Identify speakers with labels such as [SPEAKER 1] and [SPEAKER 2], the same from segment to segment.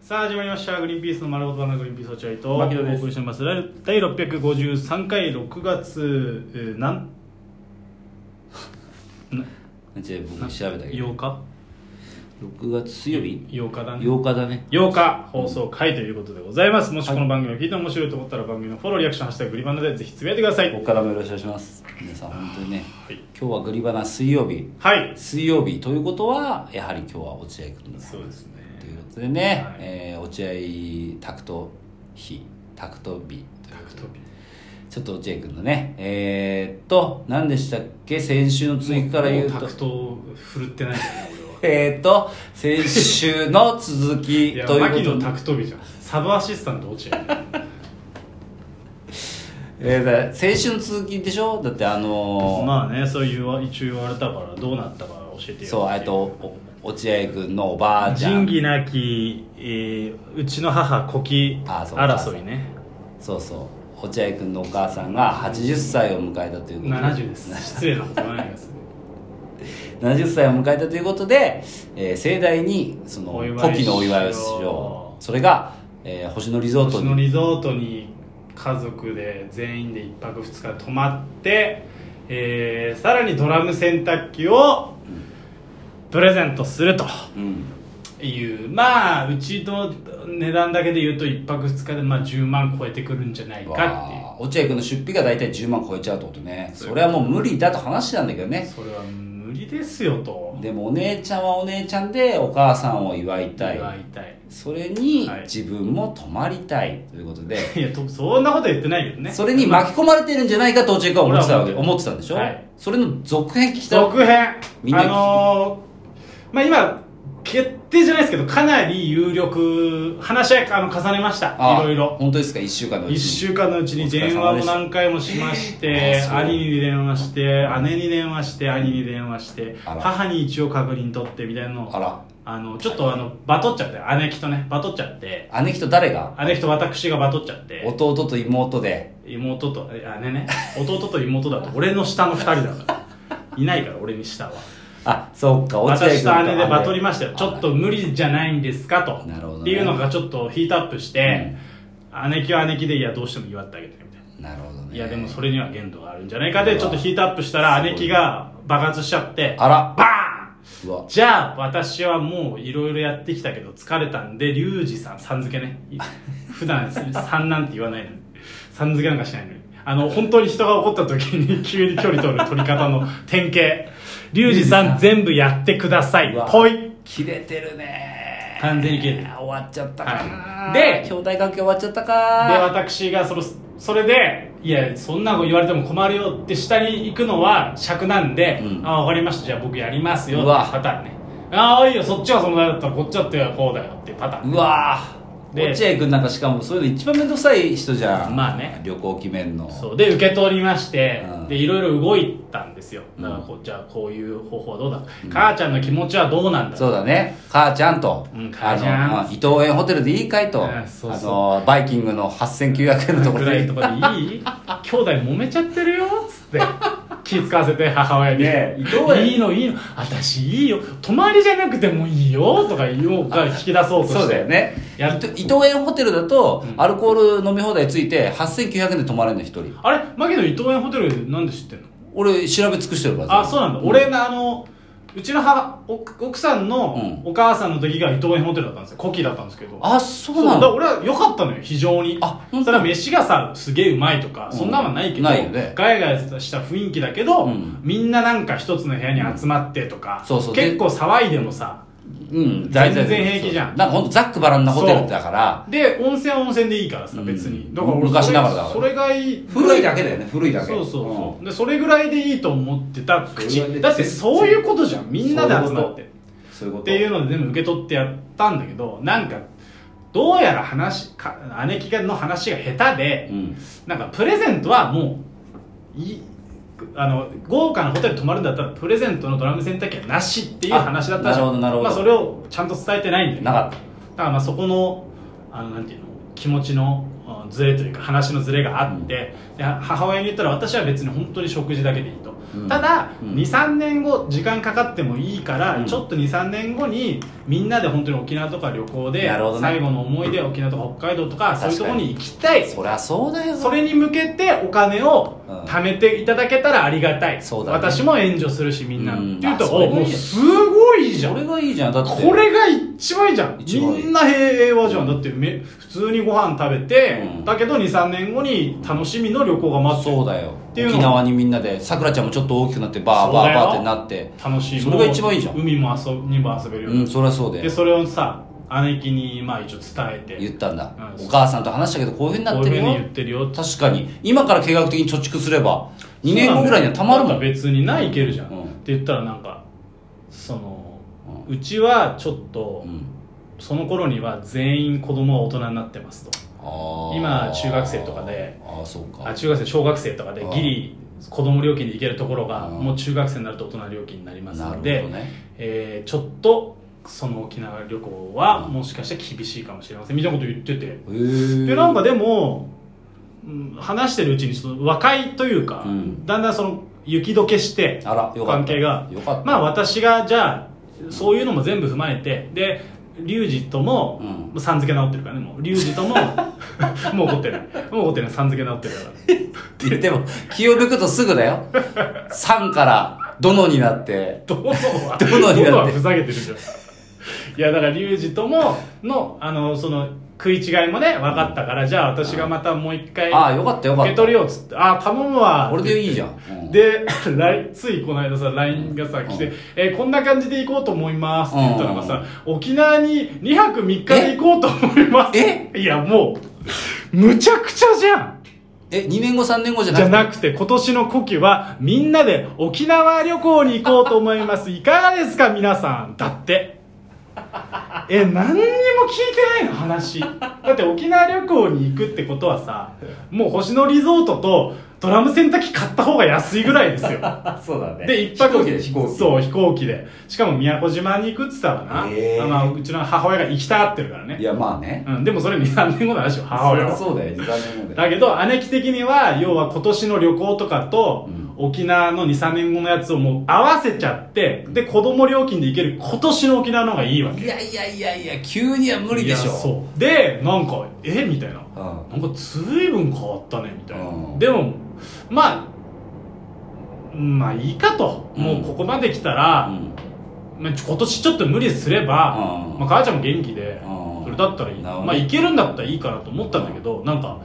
[SPEAKER 1] さあ始まりました「グリーンピースの丸ごとバナナグリーンピースお茶い」とお
[SPEAKER 2] 牧野です
[SPEAKER 1] 送りしてますライブ第653回6月、えー、なんな
[SPEAKER 2] じゃあ僕
[SPEAKER 1] な
[SPEAKER 2] 調べたけど
[SPEAKER 1] 8日
[SPEAKER 2] 6月水曜日
[SPEAKER 1] 8日だね
[SPEAKER 2] 8日だね
[SPEAKER 1] 8日放送回ということでございますもしこの番組を聞いて面白いと思ったら番組のフォローリアクション「ハッシュタググリバナ」でぜひつぶやいてください
[SPEAKER 2] ここからもよろしくお願いします皆さん本当にね
[SPEAKER 1] はい、
[SPEAKER 2] 今日はグリバナ水曜日
[SPEAKER 1] はい、
[SPEAKER 2] 水曜日ということはやはり今日は落合君だ
[SPEAKER 1] そうですね
[SPEAKER 2] ということでね、
[SPEAKER 1] はい
[SPEAKER 2] えー落合タクト日タクト日ということでちょっと落合君のねえー、っと何でしたっけ先週の続きから言う
[SPEAKER 1] も
[SPEAKER 2] と
[SPEAKER 1] タクト振るって ないよね俺は
[SPEAKER 2] えー、っと先週の続き
[SPEAKER 1] いや
[SPEAKER 2] というこ
[SPEAKER 1] 牧
[SPEAKER 2] と
[SPEAKER 1] 野
[SPEAKER 2] で
[SPEAKER 1] タクトビじゃんサブアシスタント落合
[SPEAKER 2] えーだから先週の続きでしょだってあのー
[SPEAKER 1] まあねそう言わ一応言われたからどうなったか教えてよ
[SPEAKER 2] そうえっとお落合君のおばあちゃ
[SPEAKER 1] 仁
[SPEAKER 2] ん
[SPEAKER 1] 義なき、えーうちの母古希
[SPEAKER 2] あそう
[SPEAKER 1] 争いね
[SPEAKER 2] そうそう落合君のお母さんが80歳を迎えたということで
[SPEAKER 1] 70です失礼なこと言わない です
[SPEAKER 2] 70歳を迎えたということで、えー盛大にその
[SPEAKER 1] お祝い
[SPEAKER 2] 古希のお祝いをし
[SPEAKER 1] しよ
[SPEAKER 2] よ
[SPEAKER 1] う
[SPEAKER 2] うそれが、えー星野リゾート
[SPEAKER 1] 星野
[SPEAKER 2] に
[SPEAKER 1] リゾートに家族で全員で1泊2日泊まって、えーさらにドラム洗濯機をプレゼントすると
[SPEAKER 2] うん
[SPEAKER 1] いうまあうちの値段だけで言うと1泊2日でまあ10万超えてくるんじゃないかっていう
[SPEAKER 2] わあ落合君の出費が大体10万超えちゃうってことね
[SPEAKER 1] そう
[SPEAKER 2] それはもう無理だと話なんだけどね
[SPEAKER 1] それは無理ですよと
[SPEAKER 2] でもお姉ちゃんはお姉ちゃんでお母さんを祝いたい
[SPEAKER 1] 言わいたい
[SPEAKER 2] それに
[SPEAKER 1] はい
[SPEAKER 2] 自分も泊まりたいということで、
[SPEAKER 1] いやとそんなこと言ってないけどね
[SPEAKER 2] それに巻き込まれてるんじゃないかと落合君は思ってたわけ
[SPEAKER 1] 俺は
[SPEAKER 2] 思ってたんでしょ、
[SPEAKER 1] はい
[SPEAKER 2] それの続編聞きたい
[SPEAKER 1] 続編
[SPEAKER 2] みんな
[SPEAKER 1] あのーまあ今決定じゃないですけどかなり有力話し合いあの重ねました
[SPEAKER 2] あ
[SPEAKER 1] いろいろ
[SPEAKER 2] 本当ですか1週間のうちに
[SPEAKER 1] 1週間のうちに電話も何回もしまして
[SPEAKER 2] あそう
[SPEAKER 1] 兄に電話して姉に電話して兄に電話して
[SPEAKER 2] あら
[SPEAKER 1] 母に一応確認取ってみたいなの
[SPEAKER 2] あ
[SPEAKER 1] を
[SPEAKER 2] ら
[SPEAKER 1] あのちょっとあのバトっちゃって姉貴とねバトっちゃって
[SPEAKER 2] 姉貴と誰が
[SPEAKER 1] 姉貴と私がバトっちゃって
[SPEAKER 2] 弟と妹で
[SPEAKER 1] 妹とえ姉ね弟と妹だと俺の下の2人だ からいないから俺に下は
[SPEAKER 2] あそっか落合君
[SPEAKER 1] 私と姉でバトりましたよ
[SPEAKER 2] あ
[SPEAKER 1] ちょっと無理じゃないんですかと
[SPEAKER 2] なるほどね
[SPEAKER 1] っていうのがちょっとヒートアップして、姉貴は姉貴でいやどうしても祝ってあげてみたいな、
[SPEAKER 2] なるほどね
[SPEAKER 1] いやでもそれには限度があるんじゃないかでちょっとヒートアップしたら
[SPEAKER 2] すごい
[SPEAKER 1] 姉貴が爆発しちゃって
[SPEAKER 2] あら
[SPEAKER 1] バーン
[SPEAKER 2] うわ
[SPEAKER 1] じゃあ私はもういろいろやってきたけど疲れたんでリュウジさんさん付けねい普段さんなんて言わないのにさん付けなんかしないのにあの本当に人が怒った時に急に距離取る取り方の典型リュウジさん全部やってくださいう
[SPEAKER 2] わ
[SPEAKER 1] ぽい
[SPEAKER 2] 切れてるね
[SPEAKER 1] 完全に切れてる
[SPEAKER 2] 終わっちゃったか
[SPEAKER 1] は
[SPEAKER 2] ない
[SPEAKER 1] で
[SPEAKER 2] 兄弟関係終わっちゃった
[SPEAKER 1] で
[SPEAKER 2] か
[SPEAKER 1] 私がそのそれでいやそんなこと言われても困るよって下に行くのは尺なんで、
[SPEAKER 2] うん
[SPEAKER 1] ああ分かりましたじゃあ僕やりますよっ
[SPEAKER 2] う
[SPEAKER 1] て
[SPEAKER 2] わ
[SPEAKER 1] パターンねああいいよそっちがそのだったらこっちだってこうだよっていうパターン
[SPEAKER 2] うわ
[SPEAKER 1] で
[SPEAKER 2] 落合君なんかしかもそういうの一番面倒くさい人じゃん
[SPEAKER 1] まあね
[SPEAKER 2] 旅行決めんの
[SPEAKER 1] そうで受け取りまして、
[SPEAKER 2] うん
[SPEAKER 1] でいろいろ動いたんですよだからこうじゃあこういう方法はどうだ、母ちゃんの気持ちはどうなんだ
[SPEAKER 2] そうだね母ちゃんと、
[SPEAKER 1] うん母ちゃん
[SPEAKER 2] あのあ伊藤園ホテルでいいかいと、
[SPEAKER 1] うんそうそう
[SPEAKER 2] あのバイキングの8900円のとこ
[SPEAKER 1] ぐ
[SPEAKER 2] ろ
[SPEAKER 1] らい
[SPEAKER 2] で
[SPEAKER 1] とかでいい兄弟揉めちゃってるよっつって気使わせて母親に、
[SPEAKER 2] ねえ伊藤園
[SPEAKER 1] いいのいいの私いいよ泊まりじゃなくてもいいよとか言おうから引き出そうとして
[SPEAKER 2] そうだよね伊
[SPEAKER 1] やっ
[SPEAKER 2] 藤伊藤園ホテルだと、
[SPEAKER 1] うん
[SPEAKER 2] アルコール飲み放題ついて8900円で泊まれるの一人
[SPEAKER 1] あれマキの伊藤園ホテルなんで知ってんの
[SPEAKER 2] 俺調べ尽くしてるから
[SPEAKER 1] あそうなんだ、俺のあのうちの母奥奥さんの
[SPEAKER 2] う
[SPEAKER 1] お母さんの時が伊藤園ホテルだったんですよ古希だったんですけど
[SPEAKER 2] あそう
[SPEAKER 1] だ
[SPEAKER 2] な
[SPEAKER 1] から
[SPEAKER 2] の
[SPEAKER 1] 俺は良かったのよ非常に
[SPEAKER 2] あ本
[SPEAKER 1] そ
[SPEAKER 2] 当
[SPEAKER 1] れは飯がさすげえうまいとか、
[SPEAKER 2] うん
[SPEAKER 1] そんなのはないけど
[SPEAKER 2] ないよね
[SPEAKER 1] ガヤガヤした雰囲気だけど、
[SPEAKER 2] うん
[SPEAKER 1] みんななんか一つの部屋に集まってとか、
[SPEAKER 2] うんそうそう
[SPEAKER 1] 結構騒いでもさ
[SPEAKER 2] うん
[SPEAKER 1] 全然平気じゃん
[SPEAKER 2] そうなんかほんとざっくばらんなホテルだから
[SPEAKER 1] で温泉は温泉でいいからさ
[SPEAKER 2] うん
[SPEAKER 1] 別に、だから俺
[SPEAKER 2] 昔ながらだから
[SPEAKER 1] それそれがいい
[SPEAKER 2] 古いだけだよね古いだけ
[SPEAKER 1] そうそうそう、でそれぐららいでいいと思ってた口
[SPEAKER 2] それはね
[SPEAKER 1] だってそういうことじゃんみんなで集まって
[SPEAKER 2] うんそういうこと
[SPEAKER 1] っていうので全部受け取ってやったんだけどなんかどうやら話か姉貴の話が下手で
[SPEAKER 2] う、ん
[SPEAKER 1] なんかプレゼントはもういあの豪華なホテル泊まるんだったらプレゼントのドラム洗濯機はなしっていう話だったじゃん
[SPEAKER 2] あなるほどなるほど
[SPEAKER 1] まあ、それをちゃんと伝えてないんだよ
[SPEAKER 2] な
[SPEAKER 1] だか
[SPEAKER 2] かっ
[SPEAKER 1] からまあそこのあのなんていうの気持ちのうんズレというか話のズレがあって、で母親に言ったら私は別に本当に食事だけでいいと
[SPEAKER 2] うん
[SPEAKER 1] ただ、
[SPEAKER 2] うん
[SPEAKER 1] 23年後時間かかってもいいから、
[SPEAKER 2] うん
[SPEAKER 1] ちょっと23年後にみんなで本当に沖縄とか旅行で、
[SPEAKER 2] なるほどね
[SPEAKER 1] 最後の思い出沖縄とか北海道とか
[SPEAKER 2] 確
[SPEAKER 1] そ
[SPEAKER 2] か
[SPEAKER 1] う
[SPEAKER 2] に
[SPEAKER 1] いうところに行きたい
[SPEAKER 2] そりゃそうだよ
[SPEAKER 1] それに向けてお金を
[SPEAKER 2] うん
[SPEAKER 1] 貯めていただけたらありがたい、
[SPEAKER 2] そうだね
[SPEAKER 1] 私も援助するしみんな、
[SPEAKER 2] うん
[SPEAKER 1] っていうと
[SPEAKER 2] あそれ
[SPEAKER 1] おも
[SPEAKER 2] もいい
[SPEAKER 1] う
[SPEAKER 2] ね
[SPEAKER 1] すごいじゃ
[SPEAKER 2] それ
[SPEAKER 1] ん
[SPEAKER 2] がいいじゃんだって
[SPEAKER 1] これが一番いいじゃん
[SPEAKER 2] 一番いい
[SPEAKER 1] みんな平和じゃんだってめ普通にご飯食べて、
[SPEAKER 2] うん
[SPEAKER 1] だけど23年後に楽しみの旅行が待ってる
[SPEAKER 2] そうだよ
[SPEAKER 1] っていうの
[SPEAKER 2] 沖縄にみんなでさくらちゃんもちょっと大きくなってバーバーバーってなって
[SPEAKER 1] 楽しい
[SPEAKER 2] それが一番いいじゃん
[SPEAKER 1] もう海も遊にも遊べるよ、
[SPEAKER 2] うんそりゃそうだ
[SPEAKER 1] で
[SPEAKER 2] よ
[SPEAKER 1] それをさ姉貴にまあ一応伝えて
[SPEAKER 2] 言ったんだ
[SPEAKER 1] うん
[SPEAKER 2] お母さんと話したけどこういうふうになってるよ
[SPEAKER 1] こういうふうに言ってるよ
[SPEAKER 2] 確かに今から計画的に貯蓄すれば2年後ぐらいにはたまるも
[SPEAKER 1] そ
[SPEAKER 2] ん
[SPEAKER 1] うなんだよ別にないけるじゃん、
[SPEAKER 2] うん
[SPEAKER 1] って言ったらなんかそのうちはちょっと、
[SPEAKER 2] うん
[SPEAKER 1] その頃には全員子供は大人になってますと
[SPEAKER 2] あー
[SPEAKER 1] 今中学生とかで
[SPEAKER 2] あーそう
[SPEAKER 1] あ
[SPEAKER 2] か
[SPEAKER 1] 中学生小学生とかで
[SPEAKER 2] あー
[SPEAKER 1] ギリ子供料金で行けるところが
[SPEAKER 2] あー
[SPEAKER 1] もう中学生になると大人料金になります
[SPEAKER 2] なる
[SPEAKER 1] の
[SPEAKER 2] ほど
[SPEAKER 1] で、
[SPEAKER 2] ね
[SPEAKER 1] えーちょっとその沖縄旅行は
[SPEAKER 2] うん
[SPEAKER 1] もしかしたら厳しいかもしれませんみたいなこと言ってて
[SPEAKER 2] へー
[SPEAKER 1] でなんかでも、うん話してるうちにその和解というか、
[SPEAKER 2] うん
[SPEAKER 1] だんだんその雪解けして
[SPEAKER 2] あらよかった
[SPEAKER 1] 関係が
[SPEAKER 2] よかった
[SPEAKER 1] まあ私がじゃあそういうのも全部踏まえてでリュウジとも、
[SPEAKER 2] うん
[SPEAKER 1] もうさん付け直ってるからねもうリュウジと ももう怒ってないもう怒ってないさん付け直ってるから
[SPEAKER 2] って言っても気を抜くとすぐ だよ3から殿になって
[SPEAKER 1] どのは
[SPEAKER 2] どのになって
[SPEAKER 1] どのはふざけてるじゃんいやだからリュウジとものあのその食い違いもね分かったからじゃあ私がまたもう一回
[SPEAKER 2] ああよかったよか
[SPEAKER 1] 受
[SPEAKER 2] っ
[SPEAKER 1] け
[SPEAKER 2] た
[SPEAKER 1] 取りようっつってああ頼むわ
[SPEAKER 2] これでいいじゃん、うん
[SPEAKER 1] で 来ついこの間さ LINE がさ来て、
[SPEAKER 2] うん
[SPEAKER 1] えーこんな感じで行こうと思います」って言ったのが
[SPEAKER 2] うん
[SPEAKER 1] さ、沖縄に2泊3日で行こうと思います」
[SPEAKER 2] え
[SPEAKER 1] いやもうむちゃくちゃじゃん
[SPEAKER 2] え2年後3年後じゃな
[SPEAKER 1] じ
[SPEAKER 2] く
[SPEAKER 1] ゃな
[SPEAKER 2] て
[SPEAKER 1] くて今年の古希はみんなで沖縄旅行に行こうと思います いかがですか皆さんだってえ何にも聞いてないの話だって沖縄旅行に行くってことはさもう星野リゾートとドラム洗濯機買った方が安いぐらいですよ
[SPEAKER 2] あそうだね
[SPEAKER 1] で一泊
[SPEAKER 2] 飛行機で飛行機
[SPEAKER 1] そう飛行機でしかも宮古島に行くって言ったからな、
[SPEAKER 2] へー
[SPEAKER 1] まあ、うちの母親が行きたがってるから
[SPEAKER 2] い
[SPEAKER 1] ね、
[SPEAKER 2] やまあね
[SPEAKER 1] うん、でもそれ23年後の話よ母親は
[SPEAKER 2] そりゃそうだよ2 3年後だよ
[SPEAKER 1] だけど姉貴的には要は今年の旅行とかと
[SPEAKER 2] うん
[SPEAKER 1] 沖縄の23年後のやつをもう合わせちゃってで子供料金で行ける今年の沖縄の方がいいわけ
[SPEAKER 2] いやいやいやいや急には無理でし
[SPEAKER 1] い
[SPEAKER 2] ょ
[SPEAKER 1] やそうでなんかえみたいな
[SPEAKER 2] う、ん、
[SPEAKER 1] なんか随分変わったねみたいな、
[SPEAKER 2] うん
[SPEAKER 1] でもまあまあいいかと、
[SPEAKER 2] うん
[SPEAKER 1] もうここまで来たら、
[SPEAKER 2] うん
[SPEAKER 1] まあ、ちょ今年ちょっと無理すれば、まあ、母ちゃんも元気で、
[SPEAKER 2] うん
[SPEAKER 1] それだったらいい、
[SPEAKER 2] なるほど
[SPEAKER 1] まあ、行けるんだったらいいかなと思ったんだけど、なんか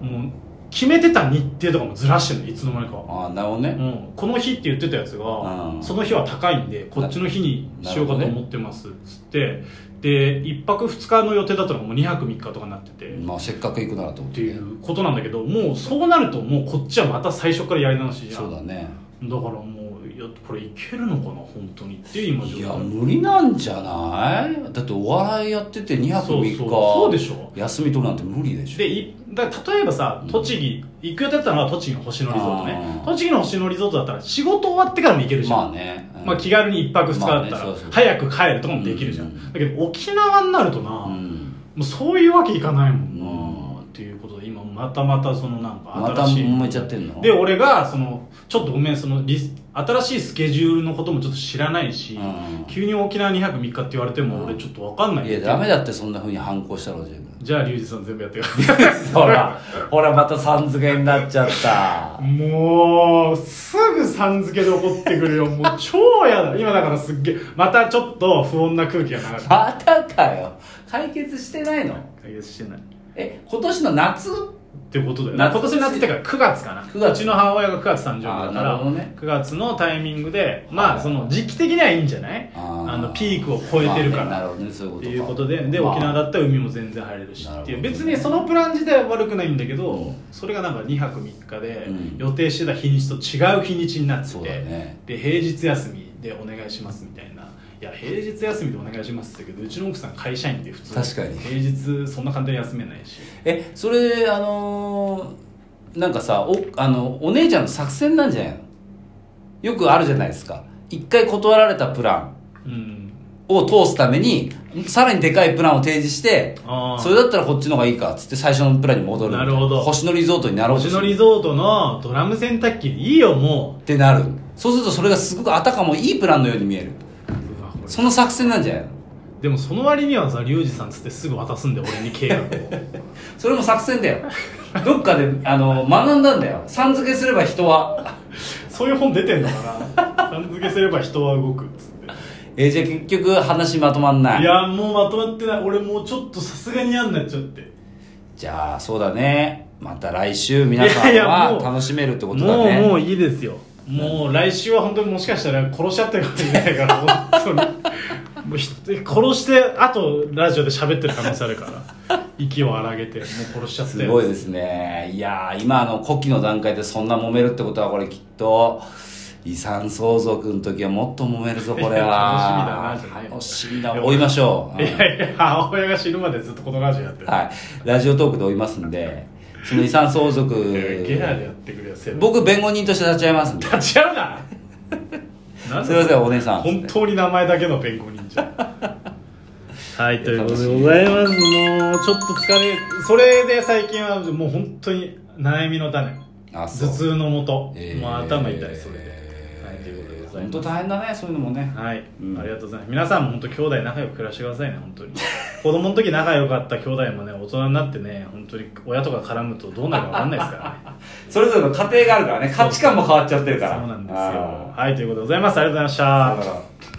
[SPEAKER 1] もう決めてた日程とかもずらしてるのいつの間にか、
[SPEAKER 2] ああなるほど
[SPEAKER 1] う
[SPEAKER 2] ね
[SPEAKER 1] ん、この日って言ってたやつが、
[SPEAKER 2] うん
[SPEAKER 1] その日は高いんでこっちの日にしようかと思ってますっつって、で1泊2日の予定だったのがもう2泊3日とかになってて、っ
[SPEAKER 2] まあせっかく行くならと思ってて
[SPEAKER 1] い
[SPEAKER 2] ね
[SPEAKER 1] うことなんだけどもうそうなるともうこっちはまた最初からやり直しじゃん
[SPEAKER 2] そうだね
[SPEAKER 1] だからもういやこれいけるのかな本当にっていう今
[SPEAKER 2] い
[SPEAKER 1] 状
[SPEAKER 2] や
[SPEAKER 1] 態
[SPEAKER 2] 無理なんじゃないだってお笑いやってて2泊3日
[SPEAKER 1] そうそうそうでしょ
[SPEAKER 2] 休み取るなんて無理でしょ
[SPEAKER 1] でいだ例えばさ栃木行く予定だったのは栃木の星野リゾートね
[SPEAKER 2] あー
[SPEAKER 1] 栃木の星野リゾートだったら仕事終わってからも行けるじゃん、
[SPEAKER 2] まあ
[SPEAKER 1] ま
[SPEAKER 2] ね、う
[SPEAKER 1] あ
[SPEAKER 2] ん
[SPEAKER 1] 気軽に1泊2日だった
[SPEAKER 2] まあねそう
[SPEAKER 1] ら
[SPEAKER 2] そう
[SPEAKER 1] 早く帰るとかもできるじゃん、
[SPEAKER 2] うん
[SPEAKER 1] だけど沖縄になるとな、も
[SPEAKER 2] うん
[SPEAKER 1] うそういうわけいかないもんな、
[SPEAKER 2] う
[SPEAKER 1] っていうことで今またまたそのなん
[SPEAKER 2] ま
[SPEAKER 1] か
[SPEAKER 2] た
[SPEAKER 1] 新しい、
[SPEAKER 2] 揉めちゃってんの
[SPEAKER 1] で俺がそのちょっとごめんそのリス新しいスケジュールのこともちょっと知らないし、
[SPEAKER 2] うん
[SPEAKER 1] 急に沖縄2泊3日って言われても
[SPEAKER 2] うん
[SPEAKER 1] 俺ちょっと分かんない
[SPEAKER 2] いやダメだってそんなふうに反抗したら 全部
[SPEAKER 1] じゃあリュウジさん全部やってください
[SPEAKER 2] ほらほらまたさん付けになっちゃった
[SPEAKER 1] もうすぐさん付けで怒ってくるよもう超やだ今だからすっげえまたちょっと不穏な空気が流れて
[SPEAKER 2] またかよ解決してないの
[SPEAKER 1] 解決してないっ
[SPEAKER 2] え今年の夏
[SPEAKER 1] てことだよね
[SPEAKER 2] 夏
[SPEAKER 1] 今年の夏ってか9月かな
[SPEAKER 2] 9月
[SPEAKER 1] うちの母親が9月誕生日だ
[SPEAKER 2] あー
[SPEAKER 1] か
[SPEAKER 2] なる
[SPEAKER 1] ら、
[SPEAKER 2] ほどね
[SPEAKER 1] 9月のタイミングで
[SPEAKER 2] は
[SPEAKER 1] まあ
[SPEAKER 2] い
[SPEAKER 1] その時期的にはいいんじゃない
[SPEAKER 2] あ
[SPEAKER 1] あ
[SPEAKER 2] ー
[SPEAKER 1] のピークを超えてるから、
[SPEAKER 2] まあねなるほどねそういう
[SPEAKER 1] っ
[SPEAKER 2] こと
[SPEAKER 1] ていう
[SPEAKER 2] か
[SPEAKER 1] ことでで
[SPEAKER 2] まあ
[SPEAKER 1] 沖縄だったら海も全然入れるしっていう
[SPEAKER 2] なるほ
[SPEAKER 1] 別
[SPEAKER 2] ど
[SPEAKER 1] にそのプラン自体は悪くないんだけど、
[SPEAKER 2] うん
[SPEAKER 1] それがなんか2泊3日で
[SPEAKER 2] うん
[SPEAKER 1] 予定してた日にちと違う日にちになってて、
[SPEAKER 2] そうだね
[SPEAKER 1] で平日休みでお願いしますみたいないや平日休みでお願いしますって言うけどうちの奥さん会社員で普通
[SPEAKER 2] 確かに
[SPEAKER 1] 平日そんな簡単に休めないし
[SPEAKER 2] えそれあのーなんかさおあのお姉ちゃんの作戦なんじゃないのよくあるじゃないですか一回断られたプラ
[SPEAKER 1] う
[SPEAKER 2] ン
[SPEAKER 1] ん
[SPEAKER 2] を通すためにさらにでかいプランを提示して
[SPEAKER 1] あー
[SPEAKER 2] それだったらこっちの方がいいかっつって最初のプランに戻るみたい
[SPEAKER 1] なるほど
[SPEAKER 2] 星野リゾートになろうと
[SPEAKER 1] 星
[SPEAKER 2] す
[SPEAKER 1] 野
[SPEAKER 2] る
[SPEAKER 1] リゾートのドラム洗濯機でいいよも
[SPEAKER 2] ってなる
[SPEAKER 1] う
[SPEAKER 2] そうするとそれがすごくあたかもいいプランのように見える
[SPEAKER 1] うわこれ
[SPEAKER 2] その作戦なんじゃないの
[SPEAKER 1] でもその割にはさリュウジさんつってすぐ渡すんで俺に契約を
[SPEAKER 2] それも作戦 だよどっかであの学んだんだよさん付けすれば人は
[SPEAKER 1] そういう本出てんのかなさん付けすれば人は動くっつって
[SPEAKER 2] えーじゃあ結局話まとまんない
[SPEAKER 1] いやもうまとまってない俺もうちょっとさすがに嫌になっちゃって
[SPEAKER 2] じゃあそうだねまた来週皆さん
[SPEAKER 1] いやいやも
[SPEAKER 2] は
[SPEAKER 1] う
[SPEAKER 2] 楽しめるってことだね
[SPEAKER 1] もうもういいですよもう来週は本当にもしかしたら殺し合ってるかもしれないから本当にもうひ殺してあとラジオで喋ってる可能性あるから息を荒げてもう殺しちゃって
[SPEAKER 2] すごいですねいやー今あの古希の段階でそんな揉めるってことはこれきっと遺産相続の時はもっと揉めるぞこれは
[SPEAKER 1] 楽しみだなじゃない
[SPEAKER 2] 楽しみだ追いましょう、
[SPEAKER 1] い やいや母親が死ぬまでずっとこのラジオやってる、
[SPEAKER 2] はいラジオトークで追いますんでその遺産相続
[SPEAKER 1] えーゲラでやってくれよせい
[SPEAKER 2] 僕弁護人として立ち会いますんで
[SPEAKER 1] 立ち会うななん
[SPEAKER 2] すいま
[SPEAKER 1] で
[SPEAKER 2] せんお姉さん
[SPEAKER 1] 本当に名前だけの弁護人じゃんはいということでございますもうちょっと疲れそれで最近はもう本当に悩みの種
[SPEAKER 2] あ
[SPEAKER 1] 頭
[SPEAKER 2] そう
[SPEAKER 1] 痛のもと、
[SPEAKER 2] えー
[SPEAKER 1] もう頭痛いそれで、はいということでござい
[SPEAKER 2] 本
[SPEAKER 1] ま
[SPEAKER 2] 当
[SPEAKER 1] す
[SPEAKER 2] 大変だねそういうのもね
[SPEAKER 1] はい、
[SPEAKER 2] うん
[SPEAKER 1] ありがとうございます皆さんも本当兄弟仲良く暮らしてくださいね本当に子供の時仲良かった兄弟もね大人になってね本当に親とか絡むとどうなるか分かんないですからね
[SPEAKER 2] それぞれの家庭があるからね価値観も変わっちゃってるから
[SPEAKER 1] そうなんですよ
[SPEAKER 2] あ
[SPEAKER 1] はいということでございますありがとうございました
[SPEAKER 2] ーだから